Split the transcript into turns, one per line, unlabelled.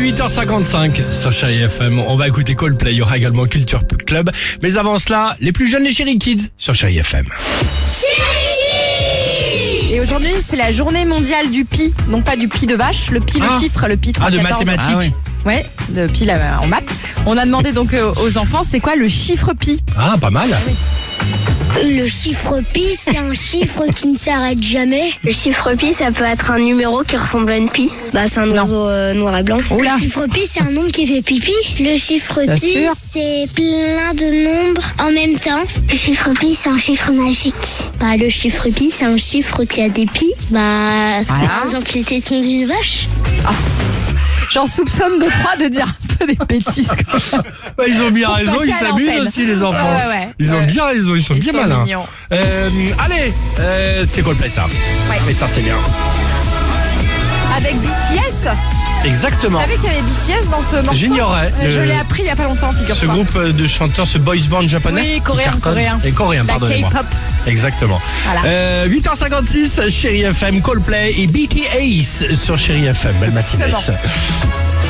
8h55 sur Chéri FM. On va écouter Coldplay. Il y aura également Culture Club. Mais avant cela, les plus jeunes, les Chéri Kids sur Chéri FM.
Et aujourd'hui, c'est la journée mondiale du pi. Non pas du pi de vache, le pi
Ah.
le chiffre, le pi 3,
Ah, de
14.
mathématiques.
Ah ouais.
Ouais, le pi là, en maths. On a demandé donc euh, aux enfants, c'est quoi le chiffre pi
Ah, pas mal.
Le chiffre pi, c'est un chiffre qui ne s'arrête jamais.
Le chiffre pi, ça peut être un numéro qui ressemble à une pi. Bah, c'est un oiseau euh, noir et blanc.
Oula
Le chiffre pi, c'est un nombre qui fait pipi. Le chiffre
Bien
pi,
sûr.
c'est plein de nombres en même temps. Le chiffre pi, c'est un chiffre magique. Bah, le chiffre pi, c'est un chiffre qui a des pis. Bah, par exemple, les tétons d'une vache.
J'en soupçonne de trois de dire un peu des bêtises. quoi.
Bah, ils ont bien
Pour
raison.
passer
Ils
à
s'amusent
l'antenne.
aussi, les enfants.
Ouais, ouais, ouais.
Ils ont
Ouais.
bien raison. Ils sont
Ils
bien
sont
malins.
mignons.
Euh, allez, euh, c'est Coldplay ça. Et ça, c'est bien.
Avec BTS Vous
Exactement.
savez qu'il y avait BTS dans ce morceau
J'ignorais.
Euh, Je
Le-
l'ai appris il y a pas longtemps,
Ce
figure-toi.
groupe de chanteurs, ce boys band japonais.
Oui,
qui
coréen,
cartonne.
coréen.
Et coréen,
La
pardonnez-moi.
K-pop.
Exactement.
Voilà.
Euh, 8h56, Chéri FM, Coldplay et BTS sur Chéri FM. Belle matinée.
Exactement.